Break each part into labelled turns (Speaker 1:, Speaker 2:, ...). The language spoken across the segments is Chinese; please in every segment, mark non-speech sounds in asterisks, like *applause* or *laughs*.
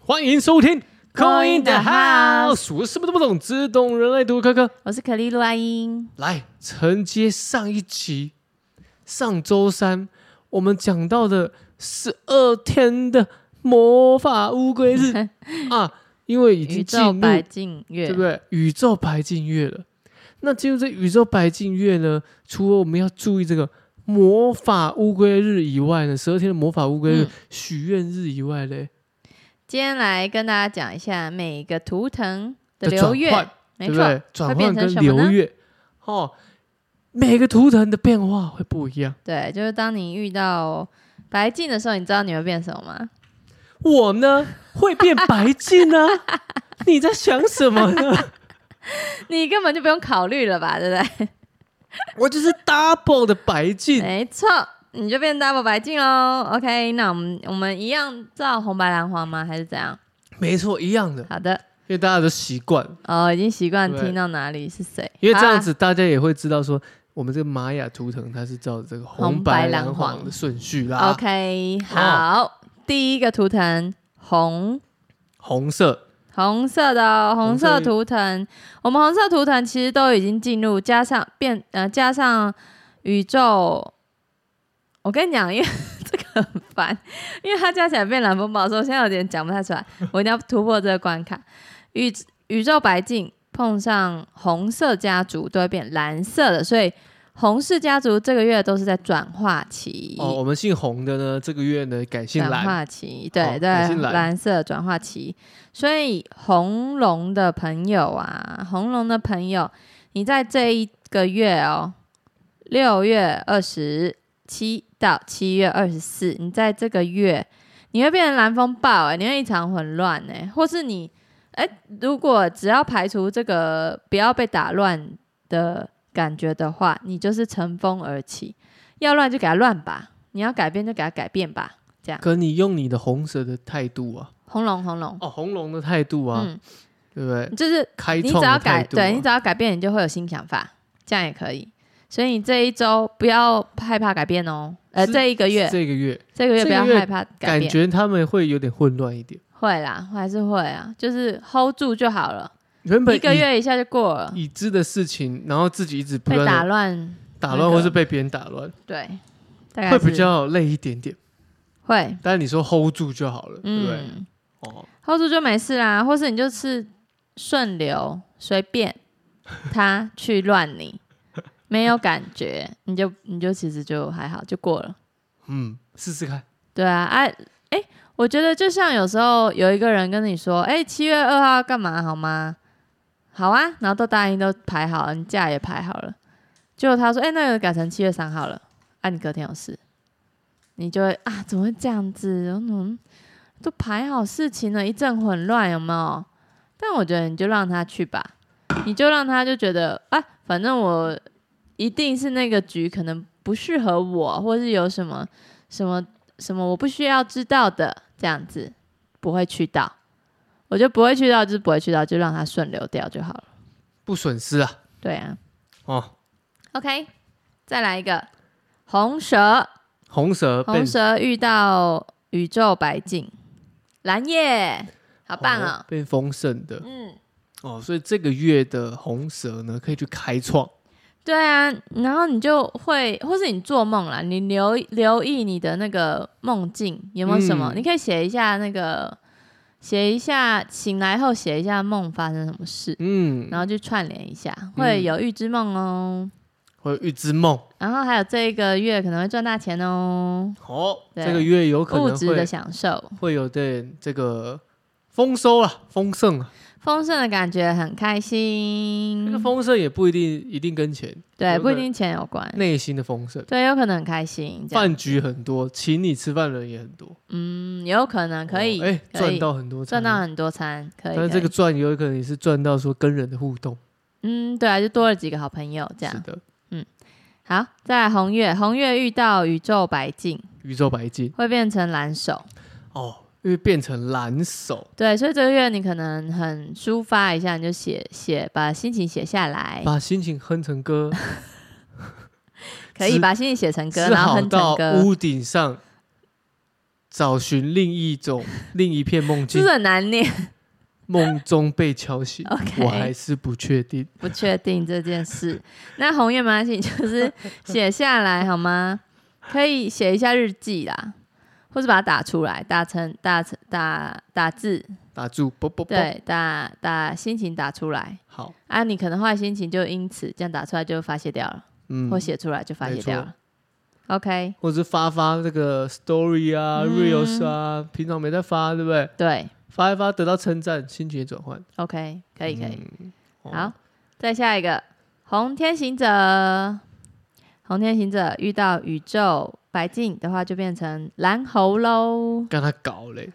Speaker 1: 欢迎收听《
Speaker 2: Coin the House
Speaker 1: 我什么都不懂，只懂人类读科科。
Speaker 2: 我是可丽露阿英，
Speaker 1: 来承接上一集，上周三我们讲到的十二天的魔法乌龟
Speaker 2: *laughs*
Speaker 1: 日啊，因为已
Speaker 2: 宇
Speaker 1: 经
Speaker 2: 宙
Speaker 1: 进入
Speaker 2: 白净月，
Speaker 1: 对不对？宇宙白净月了。那进入这宇宙白净月呢，除了我们要注意这个魔法乌龟日以外呢，十二天的魔法乌龟日、
Speaker 2: 嗯
Speaker 1: 许愿日以外嘞
Speaker 2: 今天来跟大家讲一下每个图腾的
Speaker 1: 的转
Speaker 2: 流月，
Speaker 1: 换，
Speaker 2: 没
Speaker 1: 对不
Speaker 2: 错，
Speaker 1: 对？转换
Speaker 2: 变成
Speaker 1: 跟
Speaker 2: 什么
Speaker 1: 流
Speaker 2: 呢
Speaker 1: 月哦，每个图腾的变化会不一样。
Speaker 2: 对，就是当你遇到白净的时候，你知道你会变什么吗？
Speaker 1: 我呢会变白净啊！ *laughs* 你在想什么呢？ *laughs*
Speaker 2: 你根本就不用考虑了吧，对不对？
Speaker 1: 我就是 double 的白净，
Speaker 2: 没错，你就变 double 白净喽。OK，那我们我们一样照红白蓝黄吗？还是怎样？
Speaker 1: 没错，一样的，因
Speaker 2: 好的，
Speaker 1: 为大家都习惯了，
Speaker 2: 哦，已经习惯
Speaker 1: 对
Speaker 2: 听到哪里是谁，
Speaker 1: 因为这样
Speaker 2: 好啦啊
Speaker 1: 子大家也会知道说，我们这个玛雅图腾它是照着这个红
Speaker 2: 红白
Speaker 1: 白蓝
Speaker 2: 蓝
Speaker 1: 黄
Speaker 2: 黄
Speaker 1: 的顺序啦。
Speaker 2: OK，
Speaker 1: 哦
Speaker 2: 好，第一个图腾红
Speaker 1: 红色，
Speaker 2: 红色的、哦、
Speaker 1: 红
Speaker 2: 红
Speaker 1: 色
Speaker 2: 色图腾，我们红色图腾其实都已经进入加上变呃加上宇宙，我跟你讲，因为 *laughs* 这个很烦，因为它加起来变蓝风暴，所以我现在有点讲不太出来，我一定要突破这个关卡。宇宇宙白净碰上红色家族都会变蓝色的，所以红氏家族这个月都是在转化期。
Speaker 1: 哦，我们姓红的呢，这个月呢改姓
Speaker 2: 转
Speaker 1: 蓝，
Speaker 2: 化期，
Speaker 1: 哦
Speaker 2: 对对
Speaker 1: 也是，蓝
Speaker 2: 蓝色转化期。所以红龙的朋友啊，红龙的朋友，你在这一个月哦，六月二十七到七月二十四，你在这个月你会变成蓝风暴、哎，你会异常混乱哎、或是你哎、如果只要排除这个不要被打乱的感觉的话，你就是乘风而起。要乱就给它乱吧，你要改变就给它改变吧。
Speaker 1: 可你用你的红色的态度啊，
Speaker 2: 红龙，红龙，
Speaker 1: 哦，红龙的态度啊，
Speaker 2: 嗯，
Speaker 1: 对不对？
Speaker 2: 就是
Speaker 1: 开
Speaker 2: 你
Speaker 1: 创
Speaker 2: 只
Speaker 1: 的
Speaker 2: 要
Speaker 1: 态
Speaker 2: 改，
Speaker 1: 度啊、
Speaker 2: 对你只要改变，你就会有新想法，这样也可以。所以你这一周不要害怕改变哦，呃，
Speaker 1: 是
Speaker 2: 这一个月，
Speaker 1: 这个月
Speaker 2: 这个月不要
Speaker 1: 这个月
Speaker 2: 害怕改
Speaker 1: 感
Speaker 2: 变，
Speaker 1: 觉他们会有点混乱一点。
Speaker 2: 会啦，还是会啊，就是 hold 住就好了，
Speaker 1: 原本
Speaker 2: 一个
Speaker 1: 已
Speaker 2: 月一下就过了，
Speaker 1: 已知的事情，然后自己一直不
Speaker 2: 被
Speaker 1: 断
Speaker 2: 打
Speaker 1: 地
Speaker 2: 乱，
Speaker 1: 打
Speaker 2: 那
Speaker 1: 乱，
Speaker 2: 个
Speaker 1: 或是被别人打乱，
Speaker 2: 对，啊大概
Speaker 1: 会
Speaker 2: 是
Speaker 1: 比较累一点点。
Speaker 2: 会，
Speaker 1: 但是你说 hold 住就好了，对不对？
Speaker 2: 嗯
Speaker 1: 哦，
Speaker 2: ，hold 住就没事啦，或是你就是顺流随便他去乱你，没有感觉，你就你就其实就还好，就过了。
Speaker 1: 嗯，试试看。
Speaker 2: 对啊，哎、哎，我觉得就像有时候有一个人跟你说，哎、七月二号要干嘛好吗？好啊，然后都答应都排好了，你假也排好了，结果他说，哎、那个改成七月三号了，啊，你隔天有事，你就会啊，怎么会这样子？嗯，都排好事情了，一阵混乱，有没有？但我觉得你就让他去吧，你就让他就觉得啊，反正我一定是那个局可能不适合我，或是有什么什么什么我不需要知道的，这样子不会去到，我就不会去到，就是不会去到，就让它顺流掉就好了。
Speaker 1: 不损失啊。
Speaker 2: 对啊
Speaker 1: 哦，
Speaker 2: ，OK，再来一个红蛇，
Speaker 1: 红蛇被
Speaker 2: 红蛇遇到宇宙白净蓝叶，好棒
Speaker 1: 哦
Speaker 2: 哦！
Speaker 1: 变丰盛的
Speaker 2: 嗯，
Speaker 1: 哦，所以这个月的红蛇呢，可以去开创。
Speaker 2: 对啊，然后你就会，或是你做梦啦，你留留意你的那个梦境有没有什么，
Speaker 1: 嗯
Speaker 2: 你可以写一下那个，写一下醒来后写一下梦发生什么事。
Speaker 1: 嗯，
Speaker 2: 然后去串联一下，会有预知梦哦。
Speaker 1: 会有预知梦
Speaker 2: 然后还有这一个月可能会赚大钱哦，
Speaker 1: 哦，
Speaker 2: 对
Speaker 1: 这个月有可
Speaker 2: 物
Speaker 1: 能
Speaker 2: 质的
Speaker 1: 会
Speaker 2: 享受，
Speaker 1: 会有点这个丰收啊，丰盛啊。
Speaker 2: 丰盛的感觉很开
Speaker 1: 这个
Speaker 2: 心。
Speaker 1: 丰盛也不一定一定跟钱，
Speaker 2: 对，
Speaker 1: 有
Speaker 2: 不一
Speaker 1: 可能
Speaker 2: 定钱有关，
Speaker 1: 内心的丰盛。
Speaker 2: 对，有可能很开心。这样，
Speaker 1: 饭局很多，请你吃饭的人也很多，
Speaker 2: 嗯，也有可能可以
Speaker 1: 哦哎，
Speaker 2: 可
Speaker 1: 赚
Speaker 2: 以
Speaker 1: 到很多餐，
Speaker 2: 赚到很多餐，可以。
Speaker 1: 但是这
Speaker 2: 可
Speaker 1: 个
Speaker 2: 以
Speaker 1: 赚有可能也是赚到说跟人的互动，
Speaker 2: 嗯，对啊，就多了几个好朋友这
Speaker 1: 是
Speaker 2: 样。
Speaker 1: 的，
Speaker 2: 好，再来红月，红月遇到宇宙白镜
Speaker 1: 宇宙白金
Speaker 2: 会变成蓝手，
Speaker 1: 哦，因为变成蓝手，
Speaker 2: 对，所以这个月你可能很抒发一下，你就写写，把心情写下来。
Speaker 1: 把心情哼成歌，
Speaker 2: 可以
Speaker 1: 是
Speaker 2: 把心情写成歌，
Speaker 1: 是
Speaker 2: 然后
Speaker 1: 好
Speaker 2: 哼成
Speaker 1: 到
Speaker 2: 歌。
Speaker 1: 屋顶上找寻另一
Speaker 2: *laughs*
Speaker 1: 种另一片梦
Speaker 2: 是
Speaker 1: 境
Speaker 2: 不，是啊很难念？
Speaker 1: 梦中被敲醒
Speaker 2: *laughs*
Speaker 1: *laughs*
Speaker 2: OK
Speaker 1: 我还是不确定。
Speaker 2: 不确定这件事。那红叶麻喜就是写下来好吗？可以写一下日记啦，或是把它打出来，打成打成打打字，
Speaker 1: 打住，啵啵啵，
Speaker 2: 对，打打心情打出来
Speaker 1: 好，
Speaker 2: 啊。你可能坏心情就因此这样打出来就发泄掉了，
Speaker 1: 嗯，
Speaker 2: 或写出来就发泄掉了。OK，
Speaker 1: 或者是发发这个 story 啊、
Speaker 2: 嗯
Speaker 1: reels 啊，平常没在发，对不对？
Speaker 2: 对
Speaker 1: 发一发得到称赞，心情也转换。
Speaker 2: ，OK，可以可以。
Speaker 1: 嗯哦。
Speaker 2: 好，再下一个红天行者。红天行者遇到宇宙白镜的话，就变成蓝猴喽
Speaker 1: *laughs* 跟他搞嘞，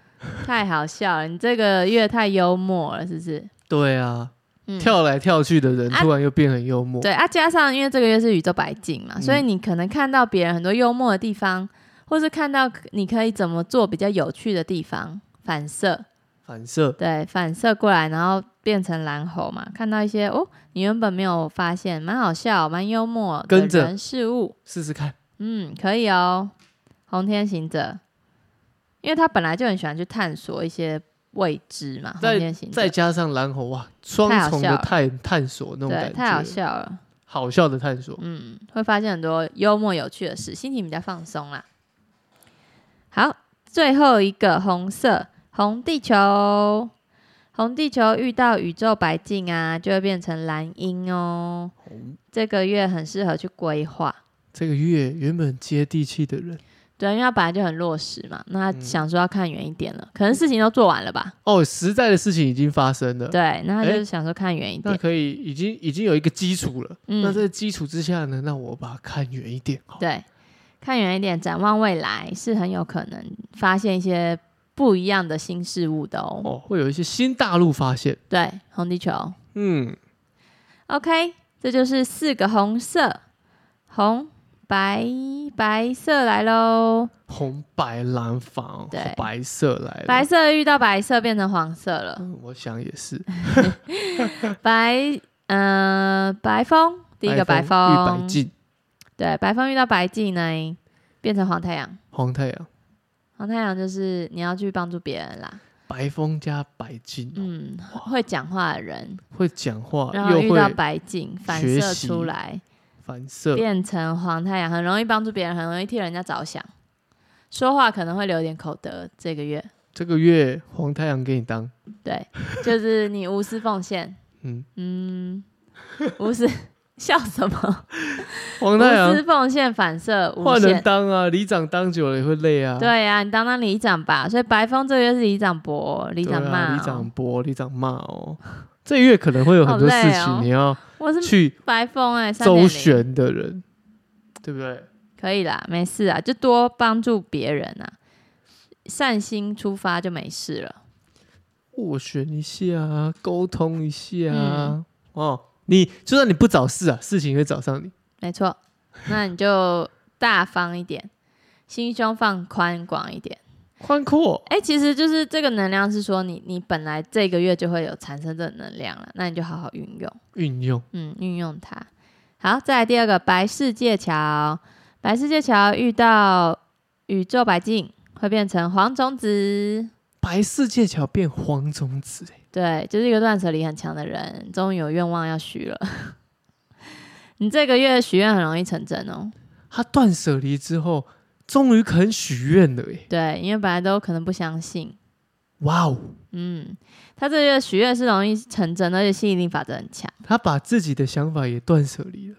Speaker 2: 太好笑了，你这个月太幽默了，是不是？
Speaker 1: 对啊，
Speaker 2: 嗯
Speaker 1: 跳来跳去的人
Speaker 2: 啊
Speaker 1: 突然又变很幽默，
Speaker 2: 对啊，加上因为这个月是宇宙白镜嘛，所以你可能看到别人很多幽默的地方，或是看到你可以怎么做比较有趣的地方，反射，
Speaker 1: 反射，
Speaker 2: 对，反射过来，然后变成蓝猴嘛，看到一些哦，你原本没有发现，蛮好笑，蛮幽默的
Speaker 1: 跟着
Speaker 2: 人事物，
Speaker 1: 试试看。
Speaker 2: 嗯，可以哦，红天行者，因为他本来就很喜欢去探索一些未知嘛，红天行者
Speaker 1: 再，加上蓝猴，哇，双重的探探索那种
Speaker 2: 对
Speaker 1: 感，觉，
Speaker 2: 太好笑了，
Speaker 1: 好笑的探索。
Speaker 2: 嗯，会发现很多幽默有趣的事，心情比较放松啦。好，最后一个红色红地球，红地球遇到宇宙白镜啊，就会变成蓝鹰哦。这个月很适合去规划，
Speaker 1: 这个月原本接地气的人，
Speaker 2: 对，因为他本来就很落实嘛，那他
Speaker 1: 嗯
Speaker 2: 想说要看远一点了，可能事情都做完了吧，
Speaker 1: 哦，实在的事情已经发生了，
Speaker 2: 对，那他就
Speaker 1: 诶
Speaker 2: 是想说看远一点，
Speaker 1: 那可以已经已经有一个基础了。那
Speaker 2: 嗯
Speaker 1: 这，个基础之下呢，那我把它看远一点，好，
Speaker 2: 对，看远一点，展望未来是很有可能发现一些不一样的新事物的哦。
Speaker 1: 哦，会有一些新大陆发现。
Speaker 2: 对，红地球
Speaker 1: 嗯，
Speaker 2: ，OK，这就是四个红色，红白白色来喽，
Speaker 1: 红白蓝房，
Speaker 2: 对
Speaker 1: 红白色来了。
Speaker 2: 白色遇到白色变成黄色了，
Speaker 1: 嗯，我想也是。
Speaker 2: 白呃白风 *laughs* 第一个白
Speaker 1: 风遇白
Speaker 2: 风，
Speaker 1: 镜，
Speaker 2: 对，白风遇到白镜呢，变成黄太阳。
Speaker 1: 黄太阳，
Speaker 2: 黄太阳就是你要去帮助别人啦，
Speaker 1: 白风加白镜，
Speaker 2: 嗯，会讲话的人，
Speaker 1: 会讲话
Speaker 2: 然后
Speaker 1: 哦又
Speaker 2: 遇到
Speaker 1: 会
Speaker 2: 白镜反
Speaker 1: 学
Speaker 2: 射
Speaker 1: 习
Speaker 2: 出来，
Speaker 1: 反射，
Speaker 2: 变成黄太阳，很容易帮助别人，很容易替人家着想，说话可能会留点口德。这个月，
Speaker 1: 这个月黄太阳给你当，
Speaker 2: 对，就是你无私奉献，
Speaker 1: 嗯，
Speaker 2: 嗯，无私笑什么？
Speaker 1: 黄太
Speaker 2: 无
Speaker 1: 阳
Speaker 2: 私奉献反射无
Speaker 1: 换人
Speaker 2: 限。
Speaker 1: 当啊，里长当久了也会累啊。
Speaker 2: 对呀、啊，你当当里长吧。所以白风这个月是里长伯，里
Speaker 1: 对
Speaker 2: 长骂、
Speaker 1: 啊，里长播，里长骂哦。这个月可能会有很多
Speaker 2: 好累
Speaker 1: 事
Speaker 2: 哦
Speaker 1: 情你要
Speaker 2: 我是
Speaker 1: 去
Speaker 2: 白风哎、欸，
Speaker 1: 周
Speaker 2: 3.0
Speaker 1: 旋的人，对不对？
Speaker 2: 可以啦，没事啊，就多帮助别人啊，善心出发就没事了。
Speaker 1: 斡旋一下啊，沟通一下啊。哦，你就算你不找事啊，事情会找上你。
Speaker 2: 没错，那你就大方一点， *laughs* 心胸放宽广一点。
Speaker 1: 宽阔，
Speaker 2: 哎、其实就是这个能量是说你你本来这个月就会有产生这个能量了，那你就好好运用，
Speaker 1: 运用
Speaker 2: 嗯，运用它。好，再来第二个白世界桥，白世界桥遇到宇宙白镜会变成黄种子，
Speaker 1: 白世界桥变黄种子、欸，
Speaker 2: 对，就是一个断舍离很强的人，终于有愿望要许了。 *laughs* 你这个月许愿很容易成真哦，
Speaker 1: 他断舍离之后，终于肯许愿了、欸，
Speaker 2: 对，因为本来都可能不相信，
Speaker 1: 哇哦！
Speaker 2: 嗯，他这个许愿是容易成真，而且吸引力法则很强，
Speaker 1: 他把自己的想法也断舍离了，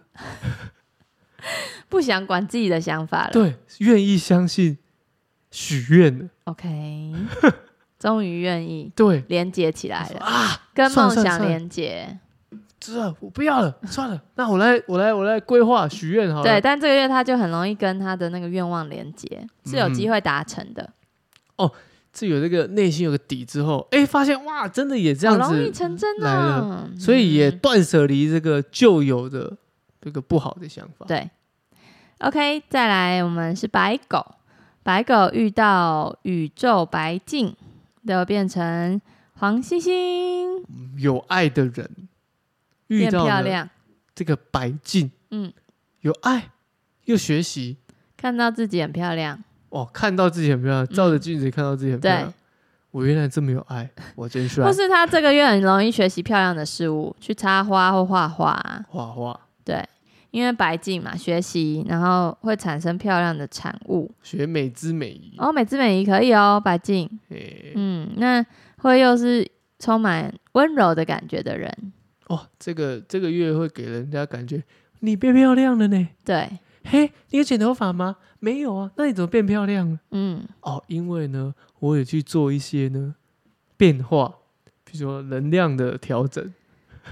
Speaker 2: 不想管自己的想法了。
Speaker 1: 对，愿意相信许愿了，
Speaker 2: OK，终于愿意
Speaker 1: 对
Speaker 2: 连接起来
Speaker 1: *laughs*
Speaker 2: 了，
Speaker 1: 啊，
Speaker 2: 跟
Speaker 1: 算
Speaker 2: 梦
Speaker 1: 算
Speaker 2: 想
Speaker 1: 算
Speaker 2: 连接。
Speaker 1: 知道我不要了，算了，那我来，我来，我来规划许愿好了。
Speaker 2: 对，，但这个月他就很容易跟他的那个愿望连接，是
Speaker 1: 嗯
Speaker 2: 有机会达成的，
Speaker 1: 自己有这个内心有个底之后，哎，发现哇，真的也这
Speaker 2: 好
Speaker 1: 样
Speaker 2: 容易
Speaker 1: 子，
Speaker 2: 成真
Speaker 1: 来
Speaker 2: 呢、嗯
Speaker 1: 所以也断舍离这个旧有的这个不好的想法。
Speaker 2: 对。OK，再来，我们是白狗，白狗遇到宇宙白镜，都变成黄星星，
Speaker 1: 有爱的人遇
Speaker 2: 变
Speaker 1: 到
Speaker 2: 漂
Speaker 1: 了
Speaker 2: 亮，
Speaker 1: 这个白镜，
Speaker 2: 嗯，
Speaker 1: 有爱又学习，
Speaker 2: 看到自己很漂亮，
Speaker 1: 哦，看到自己很漂亮，照着镜子看到自己很漂亮。
Speaker 2: 嗯对
Speaker 1: 我原来这么有爱，我真帅
Speaker 2: 或。是他这个月很容易学习漂亮的事物，去插花或画画啊、
Speaker 1: 画画
Speaker 2: 对，因为白净嘛，学习然后会产生漂亮的产物。
Speaker 1: 学美姿美哎仪，
Speaker 2: 哦，美姿美仪可以哦，白净。
Speaker 1: 诶
Speaker 2: 嗯，那会又是充满温柔的感觉的人。
Speaker 1: 哦，这个这个月会给人家感觉你变漂亮了呢。
Speaker 2: 对，
Speaker 1: 嘿，你有剪头发吗？没有啊，那你怎么变漂亮了？
Speaker 2: 嗯，
Speaker 1: 哦，因为呢，我也去做一些呢变化，比如说能量的调整。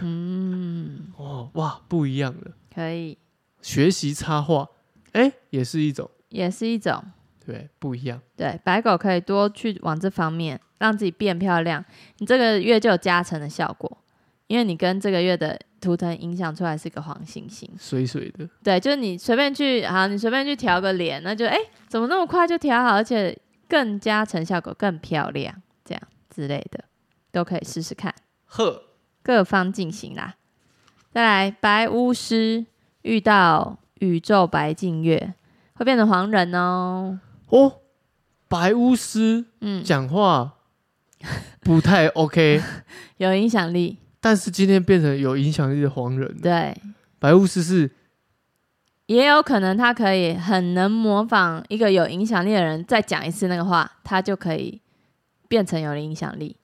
Speaker 2: 嗯，
Speaker 1: 哦，哇，不一样了。
Speaker 2: 可以，
Speaker 1: 学习插画，哎，也是一种，
Speaker 2: 也是一种。
Speaker 1: 对不对，不一样。
Speaker 2: 对，白狗可以多去往这方面，让自己变漂亮。你这个月就有加成的效果，因为你跟这个月的图腾影响出来是个黄星星。
Speaker 1: 水水的，
Speaker 2: 对，就是你随便去，好，你随便去调个脸，那就哎，怎么那么快就调好，而且更加成效果更漂亮，这样之类的，都可以试试看，
Speaker 1: 呵，
Speaker 2: 各方进行啦。再来，白巫师遇到宇宙白净月，会变成黄人哦。
Speaker 1: 哦，白巫师
Speaker 2: 嗯，
Speaker 1: 讲话不太 OK，
Speaker 2: 有影响力，
Speaker 1: 但是今天变成有影响力的黄人了。
Speaker 2: 对，
Speaker 1: 白巫师是
Speaker 2: 也有可能他可以很能模仿一个有影响力的人，再讲一次那个话，他就可以变成有影响力。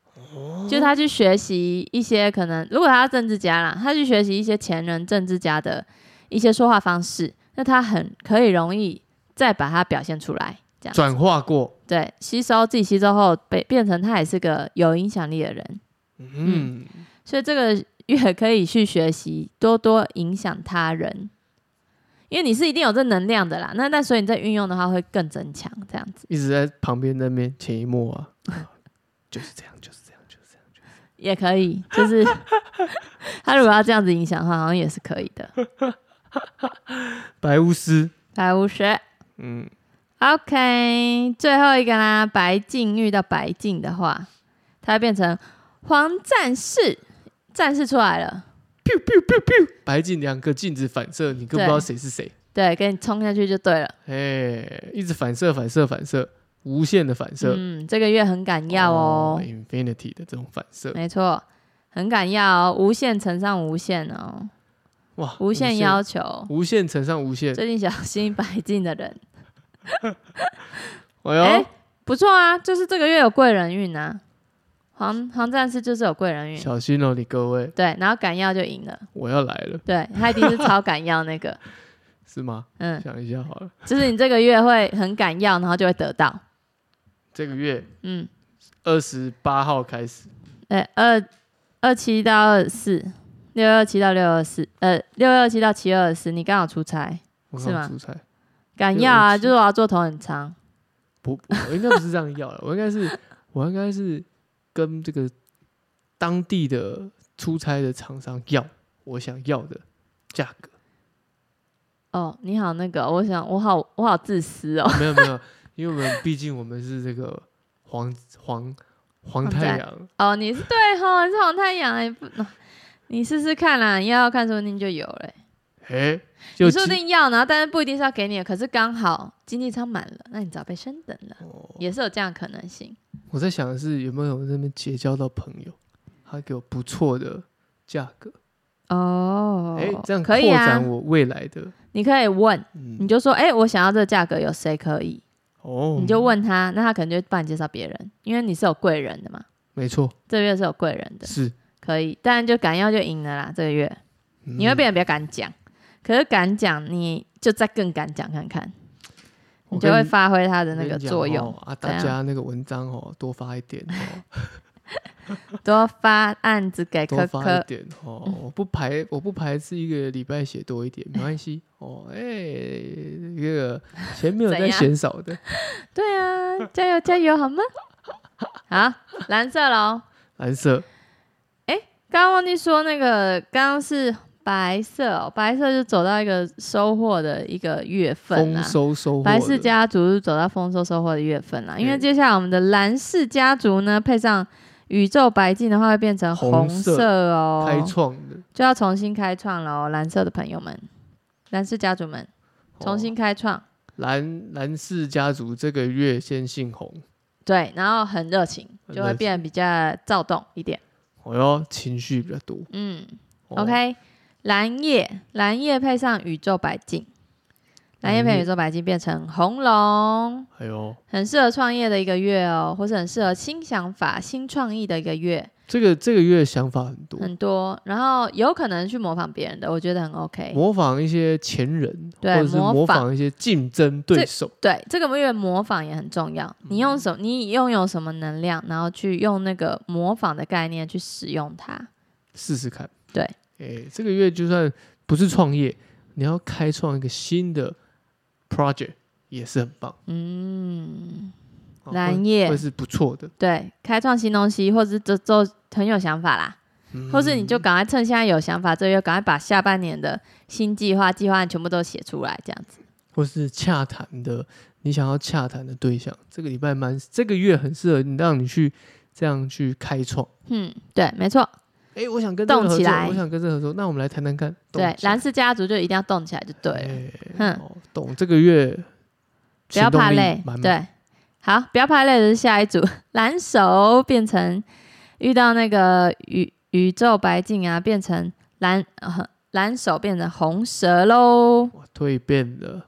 Speaker 2: 就他去学习一些可能，如果他是政治家啦，他去学习一些前人政治家的一些说话方式，那他很可以容易再把它表现出来，这样子
Speaker 1: 转化过，
Speaker 2: 对吸收自己吸收后，被变成他也是个有影响力的人，
Speaker 1: 嗯，
Speaker 2: 所以这个月可以去学习，多多影响他人，因为你是一定有这能量的啦。那那所以你在运用的话会更增强，这样子
Speaker 1: 一直在旁边那边潜移默化、啊就是这样，就是这样，就是这样。
Speaker 2: 也可以。就是 *laughs* 他如果要这样子影响的话，好像也是可以的。
Speaker 1: 白巫师，
Speaker 2: 白无学
Speaker 1: 嗯，
Speaker 2: ，OK，最后一个啦，白净遇到白净的话，它会变成黄战士，战士出来了，
Speaker 1: 白镜两个镜子反射，你更不知道谁是谁，
Speaker 2: 对，给你冲下去就对了。
Speaker 1: 哎，一直反射，反射，反射，无限的反射，
Speaker 2: 嗯，这个月很敢要哦
Speaker 1: i n f i n i t y 的这种反射，
Speaker 2: 没错，很敢要哦、无限乘上无限哦，
Speaker 1: 哇，
Speaker 2: 无限要求。
Speaker 1: 无限乘上无限，
Speaker 2: 最近小心 *laughs* 白净的人，
Speaker 1: 哎
Speaker 2: 哎、
Speaker 1: 呦，
Speaker 2: 不错啊，就是这个月有贵人运啊，黄黄战士就是有贵人运，
Speaker 1: 小心哦，你各位，
Speaker 2: 对，然后敢要就赢了，
Speaker 1: 我要来了，
Speaker 2: 对他一定是超敢要
Speaker 1: *laughs*
Speaker 2: 那个，
Speaker 1: 是吗？
Speaker 2: 嗯，
Speaker 1: 想一下好了，
Speaker 2: 就是你这个月会很敢要，然后就会得到，
Speaker 1: 这个月
Speaker 2: 嗯，
Speaker 1: 二十八号开始，
Speaker 2: 哎、二二七到二四，六二七到六二四，呃，六二七到七二四，你刚好出差，
Speaker 1: 我
Speaker 2: 是吗
Speaker 1: 刚出差，
Speaker 2: 敢要啊，
Speaker 1: 627
Speaker 2: 就是我要做头很长，
Speaker 1: 不，我应该不是这样要了，我应该是，我应该是跟这个当地的出差的厂商要我想要的价格。
Speaker 2: 哦，你好，那个，我想，我好，我好自私哦。 *laughs*
Speaker 1: 没有没有，因为我们毕竟我们是这个黄黄黄
Speaker 2: 黄
Speaker 1: 太
Speaker 2: 太
Speaker 1: 阳，
Speaker 2: 哦，你是对哈、你是红太阳哎、不， *laughs* 你试试看啦，你要看，说不定就有了欸、
Speaker 1: 哎，就
Speaker 2: 你说不
Speaker 1: 今
Speaker 2: 定要，然后但是不一定是要给你的，可是刚好经济舱满了，那你早被升等了，
Speaker 1: 哦
Speaker 2: 也是有这样的可能性。
Speaker 1: 我在想的是有没有那边结交到朋友，他给我不错的价格，
Speaker 2: 哦
Speaker 1: 哎，这样扩
Speaker 2: 可以啊
Speaker 1: 展，我未来的，
Speaker 2: 你可以问，你
Speaker 1: 嗯，
Speaker 2: 就说，哎、我想要这个价格，有谁可以？
Speaker 1: 哦，
Speaker 2: 你就问他，那他可能就会帮你介绍别人，因为你是有贵人的嘛，
Speaker 1: 没错，
Speaker 2: 这个月是有贵人的，
Speaker 1: 是，
Speaker 2: 可以，但就敢要就赢了啦，这个月。你会
Speaker 1: 嗯
Speaker 2: 变得比较敢讲。可是敢讲，你就再更敢讲看看，你
Speaker 1: 我
Speaker 2: 就
Speaker 1: 跟
Speaker 2: 会发挥它的
Speaker 1: 我
Speaker 2: 那
Speaker 1: 跟
Speaker 2: 个
Speaker 1: 你讲
Speaker 2: 作用。
Speaker 1: 哦啊！
Speaker 2: 怎
Speaker 1: 大
Speaker 2: 样
Speaker 1: 家那个文章哦，多发一点
Speaker 2: *laughs*
Speaker 1: 哦，
Speaker 2: 多发案子给
Speaker 1: 多
Speaker 2: 科
Speaker 1: 发一 *laughs*
Speaker 2: 科，
Speaker 1: 点哦。
Speaker 2: *laughs*
Speaker 1: 我不排，我不排斥一个礼拜写多一点，没关系哦。哎，这个钱没有
Speaker 2: *laughs* 怎
Speaker 1: 在
Speaker 2: 样
Speaker 1: 嫌少的，
Speaker 2: 对啊，加油加油，好
Speaker 1: *laughs*
Speaker 2: 吗？好，蓝色喽。
Speaker 1: 蓝色
Speaker 2: 刚刚忘记说那个，刚刚是白色、哦，白色就走到一个收获的一个月份
Speaker 1: 丰
Speaker 2: 啦。
Speaker 1: 收收获的，
Speaker 2: 白氏家族是走到丰收收获的月份啦，因为
Speaker 1: 嗯
Speaker 2: 接下来我们的蓝氏家族呢，配上宇宙白镜的话，会变成
Speaker 1: 红
Speaker 2: 红
Speaker 1: 色
Speaker 2: 色哦，
Speaker 1: 开创的，
Speaker 2: 就要重新开创了哦，蓝色的朋友们，蓝色家族们
Speaker 1: 哦
Speaker 2: 重新开创，
Speaker 1: 蓝蓝氏家族这个月先姓洪，
Speaker 2: 对，然后很热情，
Speaker 1: 很
Speaker 2: 就
Speaker 1: 热
Speaker 2: 会
Speaker 1: 情
Speaker 2: 变得比较躁动一点。
Speaker 1: 哦哟，情绪比较多。
Speaker 2: 嗯
Speaker 1: 哦
Speaker 2: ，OK，蓝叶，蓝叶配上宇宙白镜，蓝叶配宇宙白镜变成红龙，
Speaker 1: 哎呦，
Speaker 2: 很适合创业的一个月哦，或是很适合新想法、新创意的一个月，
Speaker 1: 这个这个月想法很多，
Speaker 2: 很多。然后有可能去模仿别人的，我觉得很 OK。
Speaker 1: 模仿一些前人，
Speaker 2: 对
Speaker 1: 或者是
Speaker 2: 模
Speaker 1: 模
Speaker 2: 仿
Speaker 1: 仿一些竞争对手。
Speaker 2: 对，这个月模仿也很重要。你
Speaker 1: 嗯
Speaker 2: 用什你拥有什么能量，然后去用那个模仿的概念去使用它。
Speaker 1: 试试看。
Speaker 2: 对
Speaker 1: 哎、这个月就算不是创业，你要开创一个新的 project 也是很棒，
Speaker 2: 嗯，
Speaker 1: 哦
Speaker 2: 蓝
Speaker 1: 会
Speaker 2: 叶
Speaker 1: 会是不错的。
Speaker 2: 对，开创新东西，或者是这周很有想法啦，
Speaker 1: 嗯
Speaker 2: 或是你就赶快趁现在有想法，这个月赶快把下半年的新计划、计划案全部都写出来，这样子。
Speaker 1: 或是洽谈的，你想要洽谈的对象，这个礼拜蛮，这个月很适合你，让你去这样去开创。
Speaker 2: 嗯，对，没错，
Speaker 1: 哎、我想跟这个
Speaker 2: 动
Speaker 1: 合
Speaker 2: 起
Speaker 1: 作，
Speaker 2: 来
Speaker 1: 我想跟这个合作，那我们来谈谈看。动
Speaker 2: 对，
Speaker 1: 起来
Speaker 2: 蓝氏家族就一定要动起来就对了，
Speaker 1: 哎
Speaker 2: 哼
Speaker 1: 哦懂这个月，
Speaker 2: 不要怕累，
Speaker 1: 满满，
Speaker 2: 对，好，不要怕累的是下一组，蓝手变成遇到那个宇宇宙白镜啊，变成蓝、呃、蓝手变成红蛇喽。
Speaker 1: 我蜕变了，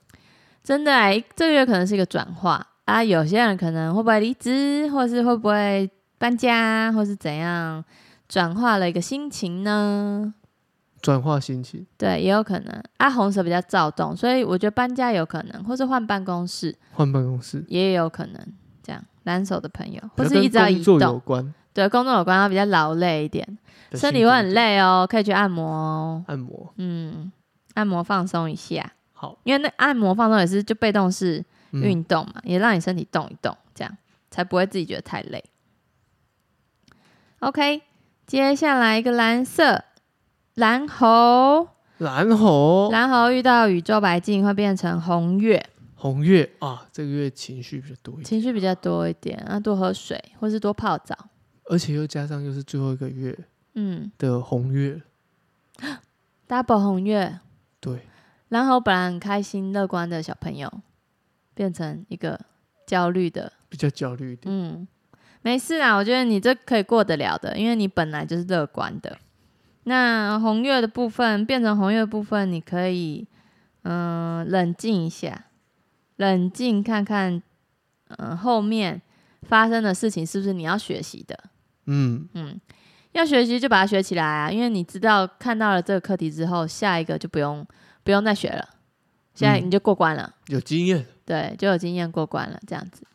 Speaker 2: 真的、欸，这个月可能是一个转化啊。有些人可能会不会离职，或是会不会搬家，或是怎样转化了一个心情呢？
Speaker 1: 转化心情。
Speaker 2: 对，也有可能啊。红蛇比较躁动，所以我觉得搬家有可能，或是换办公室
Speaker 1: 换办公室，
Speaker 2: 也有可能。这样蓝手的朋友，
Speaker 1: 比
Speaker 2: 或
Speaker 1: 较
Speaker 2: 是一
Speaker 1: 跟
Speaker 2: 直要
Speaker 1: 工
Speaker 2: 移
Speaker 1: 作有
Speaker 2: 动，
Speaker 1: 关，
Speaker 2: 对工作有关，他比较劳累一点，
Speaker 1: 的
Speaker 2: 身
Speaker 1: 辛
Speaker 2: 体
Speaker 1: 苦一
Speaker 2: 会很
Speaker 1: 点，
Speaker 2: 累哦，可以去按摩哦。
Speaker 1: 按摩
Speaker 2: 嗯，按摩放松一下，
Speaker 1: 好，
Speaker 2: 因为那按摩放松也是就被动式
Speaker 1: 嗯
Speaker 2: 运动嘛，也让你身体动一动，这样才不会自己觉得太累。OK，接下来一个蓝色蓝猴，
Speaker 1: 然后
Speaker 2: 蓝猴遇到宇宙白镜会变成红月，
Speaker 1: 红月啊，这个月情绪比较多一点，
Speaker 2: 情绪比较多一点，要多喝水或是多泡澡。
Speaker 1: 而且又加上又是最后一个月
Speaker 2: 嗯
Speaker 1: 的红月，
Speaker 2: ，double 红月，
Speaker 1: 对，
Speaker 2: 蓝猴本来很开心乐观的小朋友，变成一个焦虑的
Speaker 1: 比较焦虑一点。
Speaker 2: 嗯，没事啊啦，我觉得你这可以过得了的，因为你本来就是乐观的。那红月的部分变成红月的部分，你可以嗯、冷静一下，冷静看看嗯、呃后面发生的事情是不是你要学习的。
Speaker 1: 嗯，
Speaker 2: 嗯，要学习就把它学起来啊，因为你知道看到了这个课题之后，下一个就不用不用再学了，现在
Speaker 1: 嗯
Speaker 2: 你就过关了。
Speaker 1: 有经验，
Speaker 2: 对，就有经验过关了，这样子。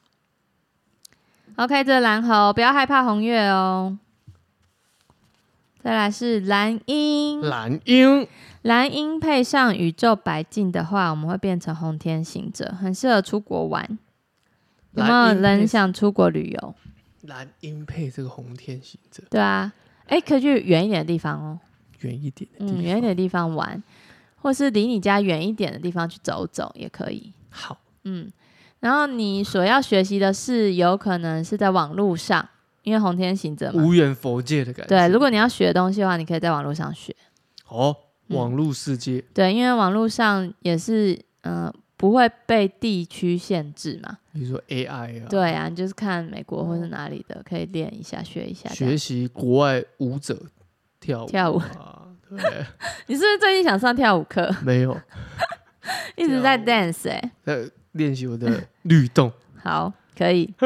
Speaker 2: OK，这蓝猴不要害怕红月哦。再来是蓝鹰，
Speaker 1: 蓝鹰
Speaker 2: 蓝鹰配上宇宙白镜的话，我们会变成红天行者，很适合出国玩。有没有
Speaker 1: 蓝鹰
Speaker 2: 人
Speaker 1: 配
Speaker 2: 想出国旅游？
Speaker 1: 蓝鹰配这个红天行者，
Speaker 2: 对啊，哎，可以去远一点的地方哦，
Speaker 1: 远一点的地
Speaker 2: 嗯，
Speaker 1: 方，
Speaker 2: 远一点的地方玩，或是离你家远一点的地方去走走也可以。
Speaker 1: 好，
Speaker 2: 嗯，然后你所要学习的是，有可能是在网络上，因为红天行者嘛。
Speaker 1: 无远佛界的感觉。
Speaker 2: 对，如果你要学的东西的话，你可以在网络上学。
Speaker 1: 哦，
Speaker 2: 嗯
Speaker 1: 网络世界
Speaker 2: 对，因为网络上也是，嗯、不会被地区限制嘛。
Speaker 1: 比如说 AI 啊，哦
Speaker 2: 对啊，你就是看美国或是哪里的，可以练一下，学一下这
Speaker 1: 学
Speaker 2: 样。
Speaker 1: 习国外舞者跳舞
Speaker 2: 跳舞
Speaker 1: 啊，对，
Speaker 2: 你是不是最近想上跳舞课，
Speaker 1: 没有
Speaker 2: 一直在
Speaker 1: 跳舞
Speaker 2: dance 哎、
Speaker 1: 在练习我的律动。
Speaker 2: 好，可以。 *laughs*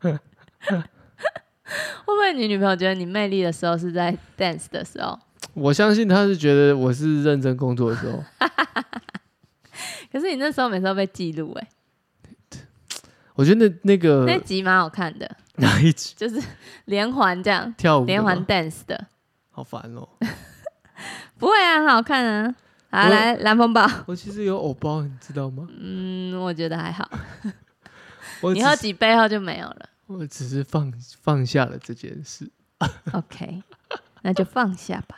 Speaker 2: 会不会你女朋友觉得你魅力的时候是在 dance 的时候？
Speaker 1: 我相信他是觉得我是认真工作的时候，
Speaker 2: 可是你那时候每次都被记录
Speaker 1: 呃
Speaker 2: 哎、
Speaker 1: 我觉得那那个
Speaker 2: 那集蛮好看的，
Speaker 1: 哪一集
Speaker 2: 就是 *laughs* 连环这样，
Speaker 1: 跳舞的
Speaker 2: 连
Speaker 1: 吗
Speaker 2: 环 dance 的，
Speaker 1: 好烦哦！
Speaker 2: 不会啊，很好看啊。好，
Speaker 1: 我
Speaker 2: 来蓝风暴，
Speaker 1: 我其实有偶包，你知道吗？
Speaker 2: 嗯，我觉得还好，
Speaker 1: 我
Speaker 2: 你
Speaker 1: 只
Speaker 2: 喝
Speaker 1: 是
Speaker 2: 几杯后就没有了。
Speaker 1: 我只是放放下了这件事。
Speaker 2: OK，那就放下吧。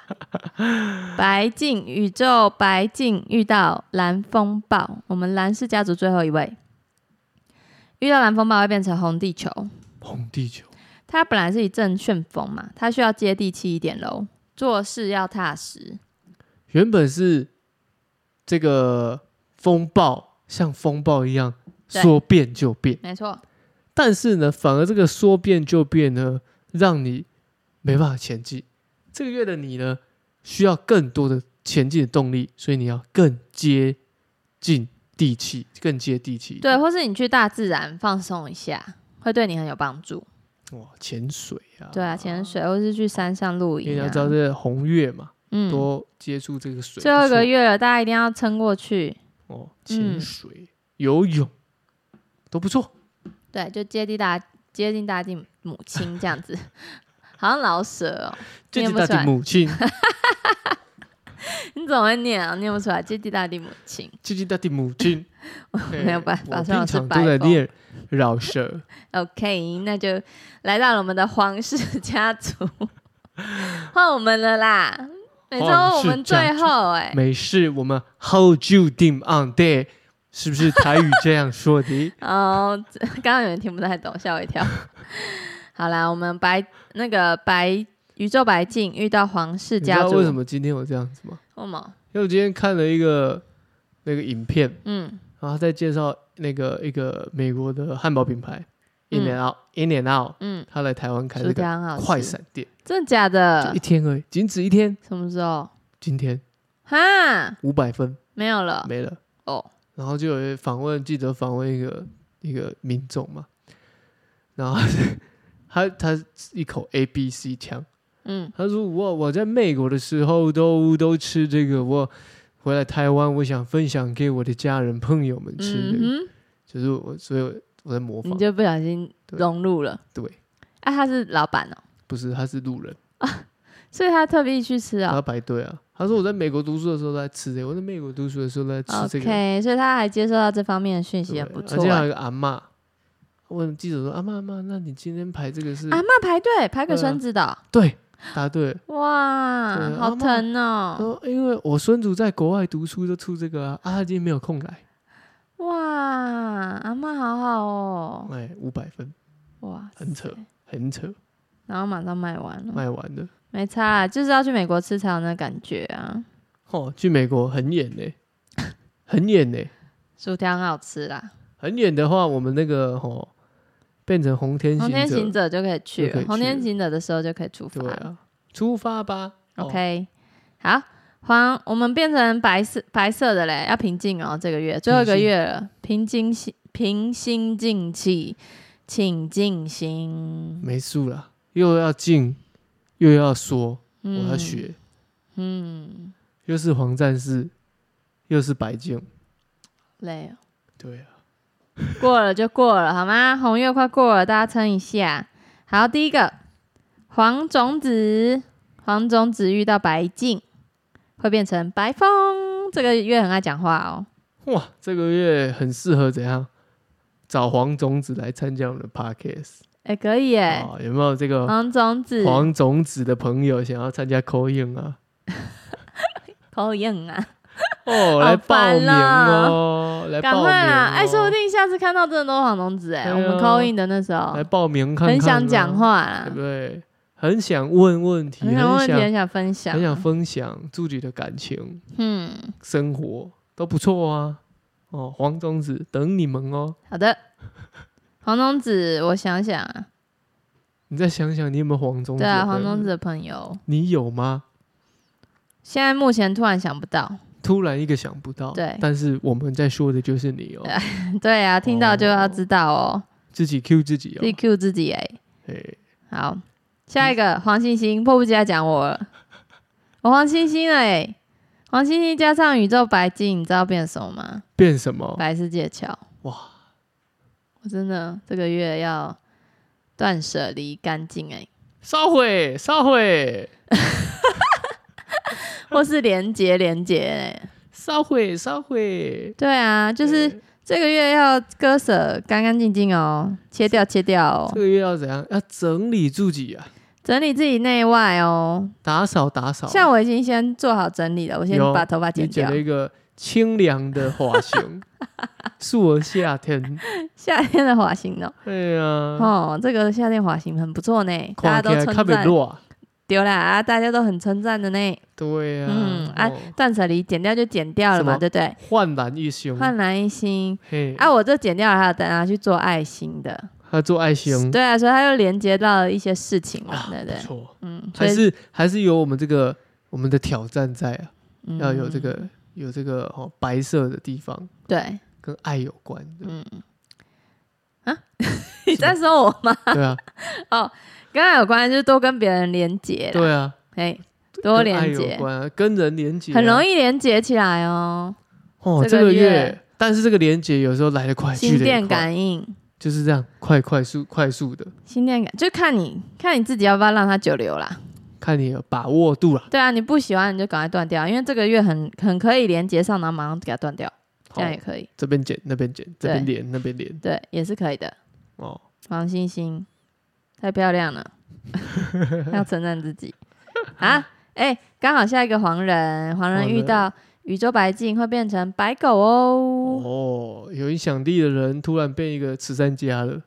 Speaker 2: *laughs* 白净宇宙，白净遇到蓝风暴，我们蓝氏家族最后一位，遇到蓝风暴会变成红地球。
Speaker 1: 红地球，
Speaker 2: 它本来是一阵旋风嘛，它需要接地气一点喽，做事要踏实。
Speaker 1: 原本是这个风暴像风暴一样
Speaker 2: 对
Speaker 1: 说变就变。
Speaker 2: 没错，
Speaker 1: 但是呢，反而这个说变就变呢，让你没办法前进。这个月的你呢，需要更多的前进的动力，所以你要更接近地气，更接地气。
Speaker 2: 对，或是你去大自然放松一下，会对你很有帮助。
Speaker 1: 哇，潜水啊，
Speaker 2: 对啊，潜水或是去山上露
Speaker 1: 因为你
Speaker 2: 营、
Speaker 1: 要
Speaker 2: 啊
Speaker 1: 知，道这个红月嘛，
Speaker 2: 嗯，
Speaker 1: 多接触这个水。
Speaker 2: 最后一
Speaker 1: 不
Speaker 2: 个
Speaker 1: 错
Speaker 2: 月了，大家一定要撑过去。
Speaker 1: 哦，
Speaker 2: 嗯
Speaker 1: 潜水、游泳都不错。
Speaker 2: 对，就接地大接近大地母亲这样子， *laughs* 好像老舍哦，
Speaker 1: 接
Speaker 2: 念
Speaker 1: 近
Speaker 2: 不
Speaker 1: 大
Speaker 2: 出来
Speaker 1: 地母亲，
Speaker 2: 你怎么会念啊？念不出来，接地大地母亲，
Speaker 1: 接近大地母
Speaker 2: *laughs*
Speaker 1: 亲。
Speaker 2: 没有办法
Speaker 1: 哎我
Speaker 2: 虽
Speaker 1: 平
Speaker 2: 然我是
Speaker 1: 常
Speaker 2: 白
Speaker 1: 都在
Speaker 2: 风
Speaker 1: 练饶舌。
Speaker 2: OK，那就来到了我们的皇室家族，换我们了啦。每周我们最后哎、
Speaker 1: 没事，我们 hold you dim on day，是不是台语这样说
Speaker 2: *laughs*
Speaker 1: 的？
Speaker 2: 哦，这刚刚有人听不太懂，吓我一跳。 *laughs* 好啦，我们白那个白宇宙白净遇到皇室
Speaker 1: 你知
Speaker 2: 家
Speaker 1: 道
Speaker 2: 族，
Speaker 1: 为什？么今天我这样子吗？
Speaker 2: 为什么？
Speaker 1: 因为我今天看了一个那个影片，
Speaker 2: 嗯
Speaker 1: 然后在介绍那个一个美国的汉堡品牌
Speaker 2: 嗯
Speaker 1: In and Out，In and Out，
Speaker 2: 嗯，
Speaker 1: 他来台湾开
Speaker 2: 薯
Speaker 1: 这
Speaker 2: 条
Speaker 1: 个
Speaker 2: 很好吃，
Speaker 1: 快闪店，
Speaker 2: 真的假
Speaker 1: 就
Speaker 2: 的
Speaker 1: 一？天而已，仅止一天，
Speaker 2: 什么时候？
Speaker 1: 今天
Speaker 2: 哈，
Speaker 1: 五百分
Speaker 2: 没有了
Speaker 1: 没了。
Speaker 2: 哦。
Speaker 1: 然后就有访问记者访问一个一个民众嘛，然后 *laughs* 他他他一口 A B C 枪，
Speaker 2: 嗯，
Speaker 1: 他说我我在美国的时候都都吃这个，我回来台湾我想分享给我的家人朋友们吃、这个
Speaker 2: 嗯
Speaker 1: 就是我所以我我在模
Speaker 2: 哼，你
Speaker 1: 仿，
Speaker 2: 就不小心
Speaker 1: 对
Speaker 2: 融入了。
Speaker 1: 对，
Speaker 2: 啊，他是老板哦，
Speaker 1: 不是他是路人，
Speaker 2: 所以他特地去吃哦。
Speaker 1: 他排队啊。他说我在美国读书的时候都在吃这个，我在美国读书的时候都在吃这个。
Speaker 2: OK，所以他还接受到这方面的讯息，
Speaker 1: 对
Speaker 2: 很不
Speaker 1: 而
Speaker 2: 错
Speaker 1: 且还
Speaker 2: 哎。
Speaker 1: 有一个阿嬷问记者说：“阿嬷阿嬷，那你今天排这个是？”
Speaker 2: 阿妈哦排队排给
Speaker 1: 对啊
Speaker 2: 孙子的哦，
Speaker 1: 对，答对了。对
Speaker 2: 哇，
Speaker 1: 啊
Speaker 2: 好
Speaker 1: 阿嬷
Speaker 2: 疼哦，
Speaker 1: 哦，因为我孙子在国外读书都出这个啊，啊，他今天没有空来，
Speaker 2: 哇，阿妈好好哦，嗯
Speaker 1: 哎，五百分，
Speaker 2: 哇，
Speaker 1: 很扯，很扯，
Speaker 2: 然后马上卖完了，
Speaker 1: 卖完了。
Speaker 2: 没差啦，就是要去美国吃才有那感觉啊，
Speaker 1: 哦，去美国很远呢、很远呢、
Speaker 2: 薯条很好吃啦，
Speaker 1: 很远的话，我们那个哦，变成红天
Speaker 2: 红
Speaker 1: 行
Speaker 2: 天行
Speaker 1: 者，
Speaker 2: 者就可以去
Speaker 1: 就可以
Speaker 2: 了，
Speaker 1: 去
Speaker 2: 红天
Speaker 1: 了
Speaker 2: 行者的时候就可以出发
Speaker 1: 对
Speaker 2: 了。
Speaker 1: 啊，出发吧。哦
Speaker 2: OK，、好，黄，我们变成白色白色的嘞，要平静哦，这个月最后一个
Speaker 1: 平静
Speaker 2: 月了，平静心，平心静气，请静心。
Speaker 1: 没数了，又要进，又要说，我
Speaker 2: 嗯
Speaker 1: 要学，
Speaker 2: 嗯，
Speaker 1: 又是黄战士，又是白净，
Speaker 2: 累哦，
Speaker 1: 对啊，
Speaker 2: 过了就过了，好吗？红月快过了，大家撑一下。好，第一个黄种子，黄种子遇到白净，会变成白风。这个月很爱讲话哦。
Speaker 1: 哇，这个月很适合怎样？找黄种子来参加我们的 podcast。
Speaker 2: 哎、可以耶，
Speaker 1: 啊，有没有这个
Speaker 2: 黄种子
Speaker 1: 黄种子的朋友想要参加口音啊？
Speaker 2: 口音啊。
Speaker 1: 哦，
Speaker 2: 好
Speaker 1: 来报
Speaker 2: 烦
Speaker 1: 名哦，来
Speaker 2: 赶
Speaker 1: 报名
Speaker 2: 快
Speaker 1: 哦
Speaker 2: 啦！哎，说不定下次看到真的都是黄种子哎、
Speaker 1: 对啊
Speaker 2: 我们 call in 的那时候
Speaker 1: 哦来报名看看，啊
Speaker 2: 很想讲，话啦
Speaker 1: 对不，对？很想问问题，
Speaker 2: 很
Speaker 1: 很
Speaker 2: 想问题，很
Speaker 1: 想
Speaker 2: 想分享，
Speaker 1: 很想分享自己的感情、
Speaker 2: 嗯，
Speaker 1: 生活，都不错啊。哦，黄种子等你们哦。
Speaker 2: 好的。黄种子，我想想啊，
Speaker 1: 你再想想，你有没有黄种子？
Speaker 2: 对啊，黄种子，的朋友，
Speaker 1: 你有吗？
Speaker 2: 现在目前突然想不到， *laughs*
Speaker 1: 突然一个想不到，
Speaker 2: 对
Speaker 1: 但是我们在说的就是你哦，
Speaker 2: 对啊，听到就要知道哦，
Speaker 1: 自己 Q 自己
Speaker 2: 自己
Speaker 1: 哦，
Speaker 2: Q 自己哎、
Speaker 1: 哎，
Speaker 2: 好，下一个黄星星，迫不及待讲我了，我黄星星了哎、黄星星加上宇宙白金，你知道变什么吗？
Speaker 1: 变什么？
Speaker 2: 白世界桥。
Speaker 1: 哦哇，
Speaker 2: 我真的这个月要断舍离干净哎，
Speaker 1: 烧毁，烧毁，
Speaker 2: 或是连结连结哎，
Speaker 1: 烧毁，烧毁。
Speaker 2: 对啊，就是
Speaker 1: 对
Speaker 2: 这个月要割舍干干净净哦，切掉切掉哦
Speaker 1: 这，个月要怎样？要整理自己啊，
Speaker 2: 整理自己内外哦。
Speaker 1: 打扫打扫。
Speaker 2: 像我已经先做好整理了，我先
Speaker 1: 有
Speaker 2: 把头发
Speaker 1: 你
Speaker 2: 剪
Speaker 1: 剪
Speaker 2: 掉
Speaker 1: 了。一个清凉的发
Speaker 2: *laughs*
Speaker 1: 型，是我夏天。
Speaker 2: 夏天的发型哦，
Speaker 1: 对啊，
Speaker 2: 哦，这个夏天发型很不错呢，大家
Speaker 1: 啊看起
Speaker 2: 都
Speaker 1: 来
Speaker 2: 称
Speaker 1: 特别
Speaker 2: 赞，
Speaker 1: 热，
Speaker 2: 丢啦啊，大家都很称赞的呢。
Speaker 1: 对呀、
Speaker 2: 嗯
Speaker 1: 啊，
Speaker 2: 啊断舍离减掉就减掉了
Speaker 1: 什
Speaker 2: 嘛，
Speaker 1: 么
Speaker 2: 对不对？
Speaker 1: 焕然一新，
Speaker 2: 焕然一新
Speaker 1: 嘿，
Speaker 2: 啊！我这减掉了，还有等下去做爱心的，
Speaker 1: 他做爱心，
Speaker 2: 对啊，所以它又连接到了一些事情嘛，
Speaker 1: 嗯啊，
Speaker 2: 对不
Speaker 1: 不
Speaker 2: 对？
Speaker 1: 错，
Speaker 2: 嗯，所
Speaker 1: 还
Speaker 2: 以
Speaker 1: 是还是有我们这个我们的挑战在啊，
Speaker 2: 嗯
Speaker 1: 要有这个有这个哦白色的地方
Speaker 2: 对，
Speaker 1: 跟爱有关的，
Speaker 2: *laughs* 嗯啊，你在说我吗？
Speaker 1: 对啊，
Speaker 2: 跟爱有关就是多跟别人连接，，
Speaker 1: 对啊，
Speaker 2: 哎，多
Speaker 1: 跟爱
Speaker 2: 连
Speaker 1: 有
Speaker 2: 接，
Speaker 1: 关啊，跟人连接、
Speaker 2: 很容
Speaker 1: 易
Speaker 2: 易连接起来哦，
Speaker 1: 哦，
Speaker 2: 这
Speaker 1: 这
Speaker 2: 个
Speaker 1: 个
Speaker 2: 月
Speaker 1: 月，但是这个连接有时候来得快，去
Speaker 2: 心
Speaker 1: 得哎也
Speaker 2: 电
Speaker 1: 快
Speaker 2: 感应，
Speaker 1: 就是这样，快快速快速的，
Speaker 2: 心电感，就看你看你自己要不要让它久留啦。
Speaker 1: 看你有把握度啦，
Speaker 2: 对啊，你不喜欢你就赶快断掉，因为这个月很很可以连接上，然后马上给它断掉，这样也
Speaker 1: 好
Speaker 2: 可以，
Speaker 1: 哦这边剪那边剪，这边
Speaker 2: 对
Speaker 1: 连那边连
Speaker 2: 对，也是可以的。
Speaker 1: 哦，
Speaker 2: 王星星太漂亮了， *laughs* 要承认自己啊！哎、刚好下一个黄人，黄人
Speaker 1: 黄
Speaker 2: 遇
Speaker 1: 人
Speaker 2: 到宇宙白镜会变成白狗哦。
Speaker 1: 哦，有影响力的人突然变一个慈善家了，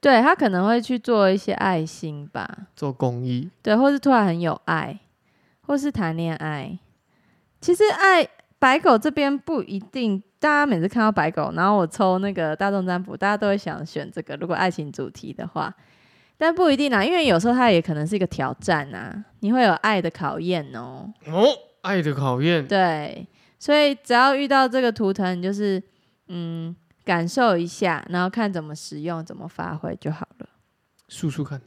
Speaker 2: 对他可能会去做一些爱心吧，
Speaker 1: 做公益，
Speaker 2: 对，或是突然很有爱，或是谈恋爱。其实爱白狗这边不一定，大家每次看到白狗，然后我抽那个大众占卜，大家都会想选这个。如果爱情主题的话，但不一定啦，因为有时候它也可能是一个挑战啊，你会有爱的考验哦。
Speaker 1: 哦，爱的考验，
Speaker 2: 对，所以只要遇到这个图腾，你就是嗯感受一下，然后看怎么使用、怎么发挥就好了。
Speaker 1: 数数看，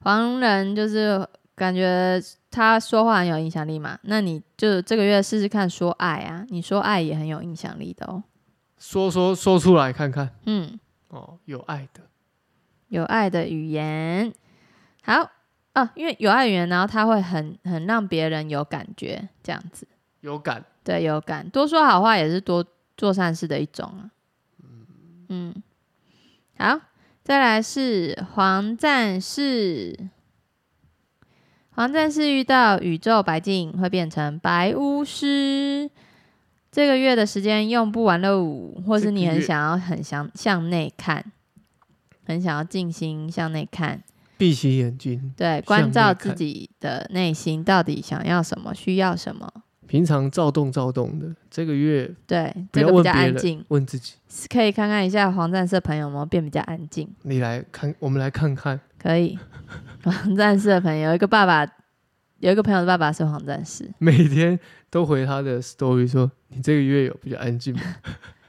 Speaker 2: 黄人就是感觉他说话很有影响力嘛，那你就这个月试试看说爱啊，你说爱也很有影响力的哦。
Speaker 1: 说说说出来看看，
Speaker 2: 嗯，
Speaker 1: 哦，有爱的，
Speaker 2: 有爱的语言，好啊，因为有爱语言，然后他会很很让别人有感觉，这样子，
Speaker 1: 有感，
Speaker 2: 对，有感，多说好话也是多做善事的一种啊。嗯，好，再来是黄战士。黄战士遇到宇宙白镜会变成白巫师，这个月的时间用不完了五，或是
Speaker 1: 这个
Speaker 2: 你很
Speaker 1: 月
Speaker 2: 想要很想向内看，很想要静心向内看，
Speaker 1: 闭起眼睛，
Speaker 2: 对，
Speaker 1: 向
Speaker 2: 关
Speaker 1: 内
Speaker 2: 照自
Speaker 1: 看
Speaker 2: 己的内心到底想要什么，需要什么，
Speaker 1: 平常躁动躁动的，这个月
Speaker 2: 对，
Speaker 1: 不
Speaker 2: 这
Speaker 1: 要
Speaker 2: 个比
Speaker 1: 问
Speaker 2: 较
Speaker 1: 别
Speaker 2: 安
Speaker 1: 人，
Speaker 2: 静，
Speaker 1: 问自己，
Speaker 2: 是可以看看一下黄战士的朋友们变比较安静。
Speaker 1: 你来看，我们来看看，*laughs*
Speaker 2: 可以，黄战士的朋友有一个爸爸，有一个朋友的爸爸是黄战士，
Speaker 1: *laughs* 每天都回他的 story 说，你这个月有比较安静吗？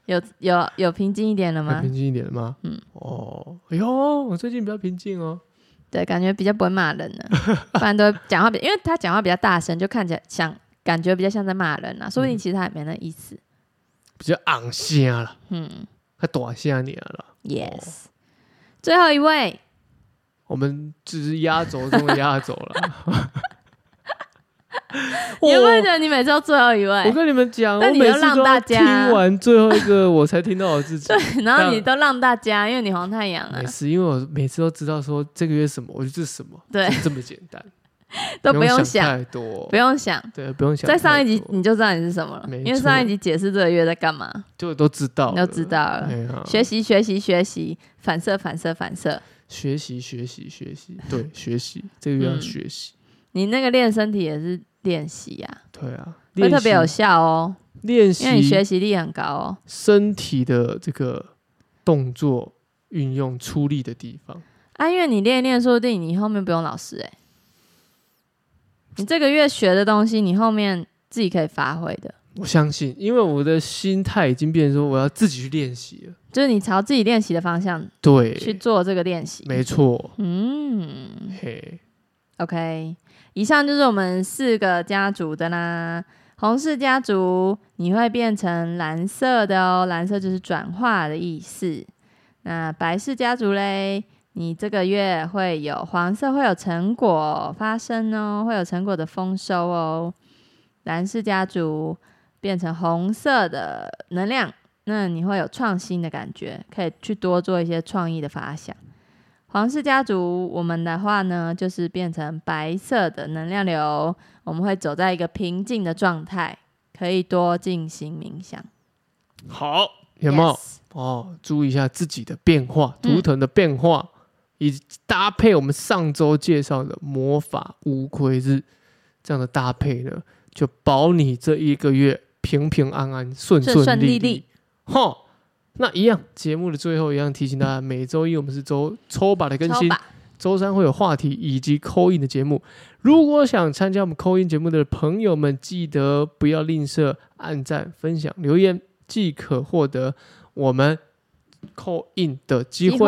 Speaker 2: 有有有平静一点了
Speaker 1: 还
Speaker 2: 吗？
Speaker 1: 平静一点了吗？
Speaker 2: 嗯
Speaker 1: 嗯，哦，哎呦，我最近比较平静哦，
Speaker 2: 对，感觉比较不会骂人
Speaker 1: *laughs*
Speaker 2: 了，不然都讲话比，因为他讲话比较大声，就看起来像感觉比较像在骂人啊，说
Speaker 1: 嗯
Speaker 2: 不定其实他也没那意思。
Speaker 1: 比较昂声了，
Speaker 2: 嗯
Speaker 1: 他短下你了。
Speaker 2: ，yes，最后一位
Speaker 1: 我们只是压轴中的压轴了。
Speaker 2: *laughs* 你会不会觉
Speaker 1: 我
Speaker 2: 得你每次都最后一
Speaker 1: 哦我
Speaker 2: 位？
Speaker 1: 跟你们讲，
Speaker 2: 但
Speaker 1: 我
Speaker 2: 你又
Speaker 1: 每次
Speaker 2: 让
Speaker 1: 都
Speaker 2: 大
Speaker 1: 要
Speaker 2: 家
Speaker 1: 听完最后一个，我才听到我自己。
Speaker 2: *laughs* 对，啊然后你都让大家，因为你黄太阳啊
Speaker 1: 没，事，因为我每次都知道说这个月什么，我就是什么，
Speaker 2: 对，
Speaker 1: 就这么简单，
Speaker 2: *laughs* 都不
Speaker 1: 用
Speaker 2: 用
Speaker 1: 想
Speaker 2: 想，
Speaker 1: 太多
Speaker 2: 不。用想。
Speaker 1: 对，不用想太
Speaker 2: 在
Speaker 1: 多。
Speaker 2: 上一集你就知道你是什么了，
Speaker 1: 没
Speaker 2: 因为上一
Speaker 1: 错
Speaker 2: 集解释这个月在干嘛，
Speaker 1: 就都知道
Speaker 2: 你
Speaker 1: 了，
Speaker 2: 就知道了。
Speaker 1: 哎呀。
Speaker 2: 学习学习学习，反射反射反射。
Speaker 1: 学习学习学习， *laughs* 对，学习这个月要
Speaker 2: 嗯
Speaker 1: 学习。
Speaker 2: 你那个练身体也是练习呀、
Speaker 1: 对啊，
Speaker 2: 啊，会特别有
Speaker 1: 练习
Speaker 2: 效哦，
Speaker 1: 练
Speaker 2: 因为你学
Speaker 1: 习
Speaker 2: 习力很高哦。
Speaker 1: 身体的这个动作运用出力的地方。
Speaker 2: 啊，因为你练一练，说不定你后面不用老师哎、你这个月学的东西，你后面自己可以发挥的，
Speaker 1: 我相信，因为我的心态已经变成说我要自己去练习了。
Speaker 2: 就是你朝自己练习的方向去
Speaker 1: 对，
Speaker 2: 做这个练习。
Speaker 1: 没错。
Speaker 2: 嗯
Speaker 1: 嘿，
Speaker 2: ，OK，以上就是我们四个家族的啦。红氏家族你会变成蓝色的哦，蓝色就是转化的意思。那白氏家族嘞，你这个月会有黄色会有成果发生哦，会有成果的丰收哦。蓝氏家族变成红色的能量，那你会有创新的感觉，可以去多做一些创意的发想。黄氏家族，我们的话呢，就是变成白色的能量流，我们会走在一个平静的状态，可以多进行冥想。
Speaker 1: 好，有没有
Speaker 2: Yes
Speaker 1: 哦？注意一下自己的变化，
Speaker 2: 嗯
Speaker 1: 图腾的变化。以搭配我们上周介绍的魔法乌龟日这样的搭配呢，就保你这一个月平平安安、顺
Speaker 2: 顺顺
Speaker 1: 利
Speaker 2: 利利。
Speaker 1: 吼，那一样，节目的最后一样提醒大家，每周一我们是周抽把的更
Speaker 2: 抽
Speaker 1: 新，
Speaker 2: 吧，
Speaker 1: 周三会有话题以及扣印的节目。如果想参加我们扣印节目的朋友们，记得不要吝啬按赞、分享、留言，即可获得我们扣印的机会哦。
Speaker 2: 机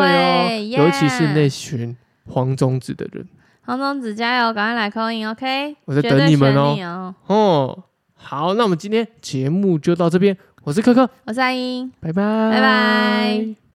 Speaker 2: 会
Speaker 1: 尤其是
Speaker 2: 耶
Speaker 1: 那群黄宗子的人
Speaker 2: 黄宗子加油，赶快来 call in，OK？、
Speaker 1: 我在
Speaker 2: 绝
Speaker 1: 等
Speaker 2: 对
Speaker 1: 你们
Speaker 2: 选
Speaker 1: 哦
Speaker 2: 你哦。
Speaker 1: 哦。好，那我们今天节目就到这边，我是柯柯，
Speaker 2: 我是阿英。
Speaker 1: 拜拜，
Speaker 2: 拜拜。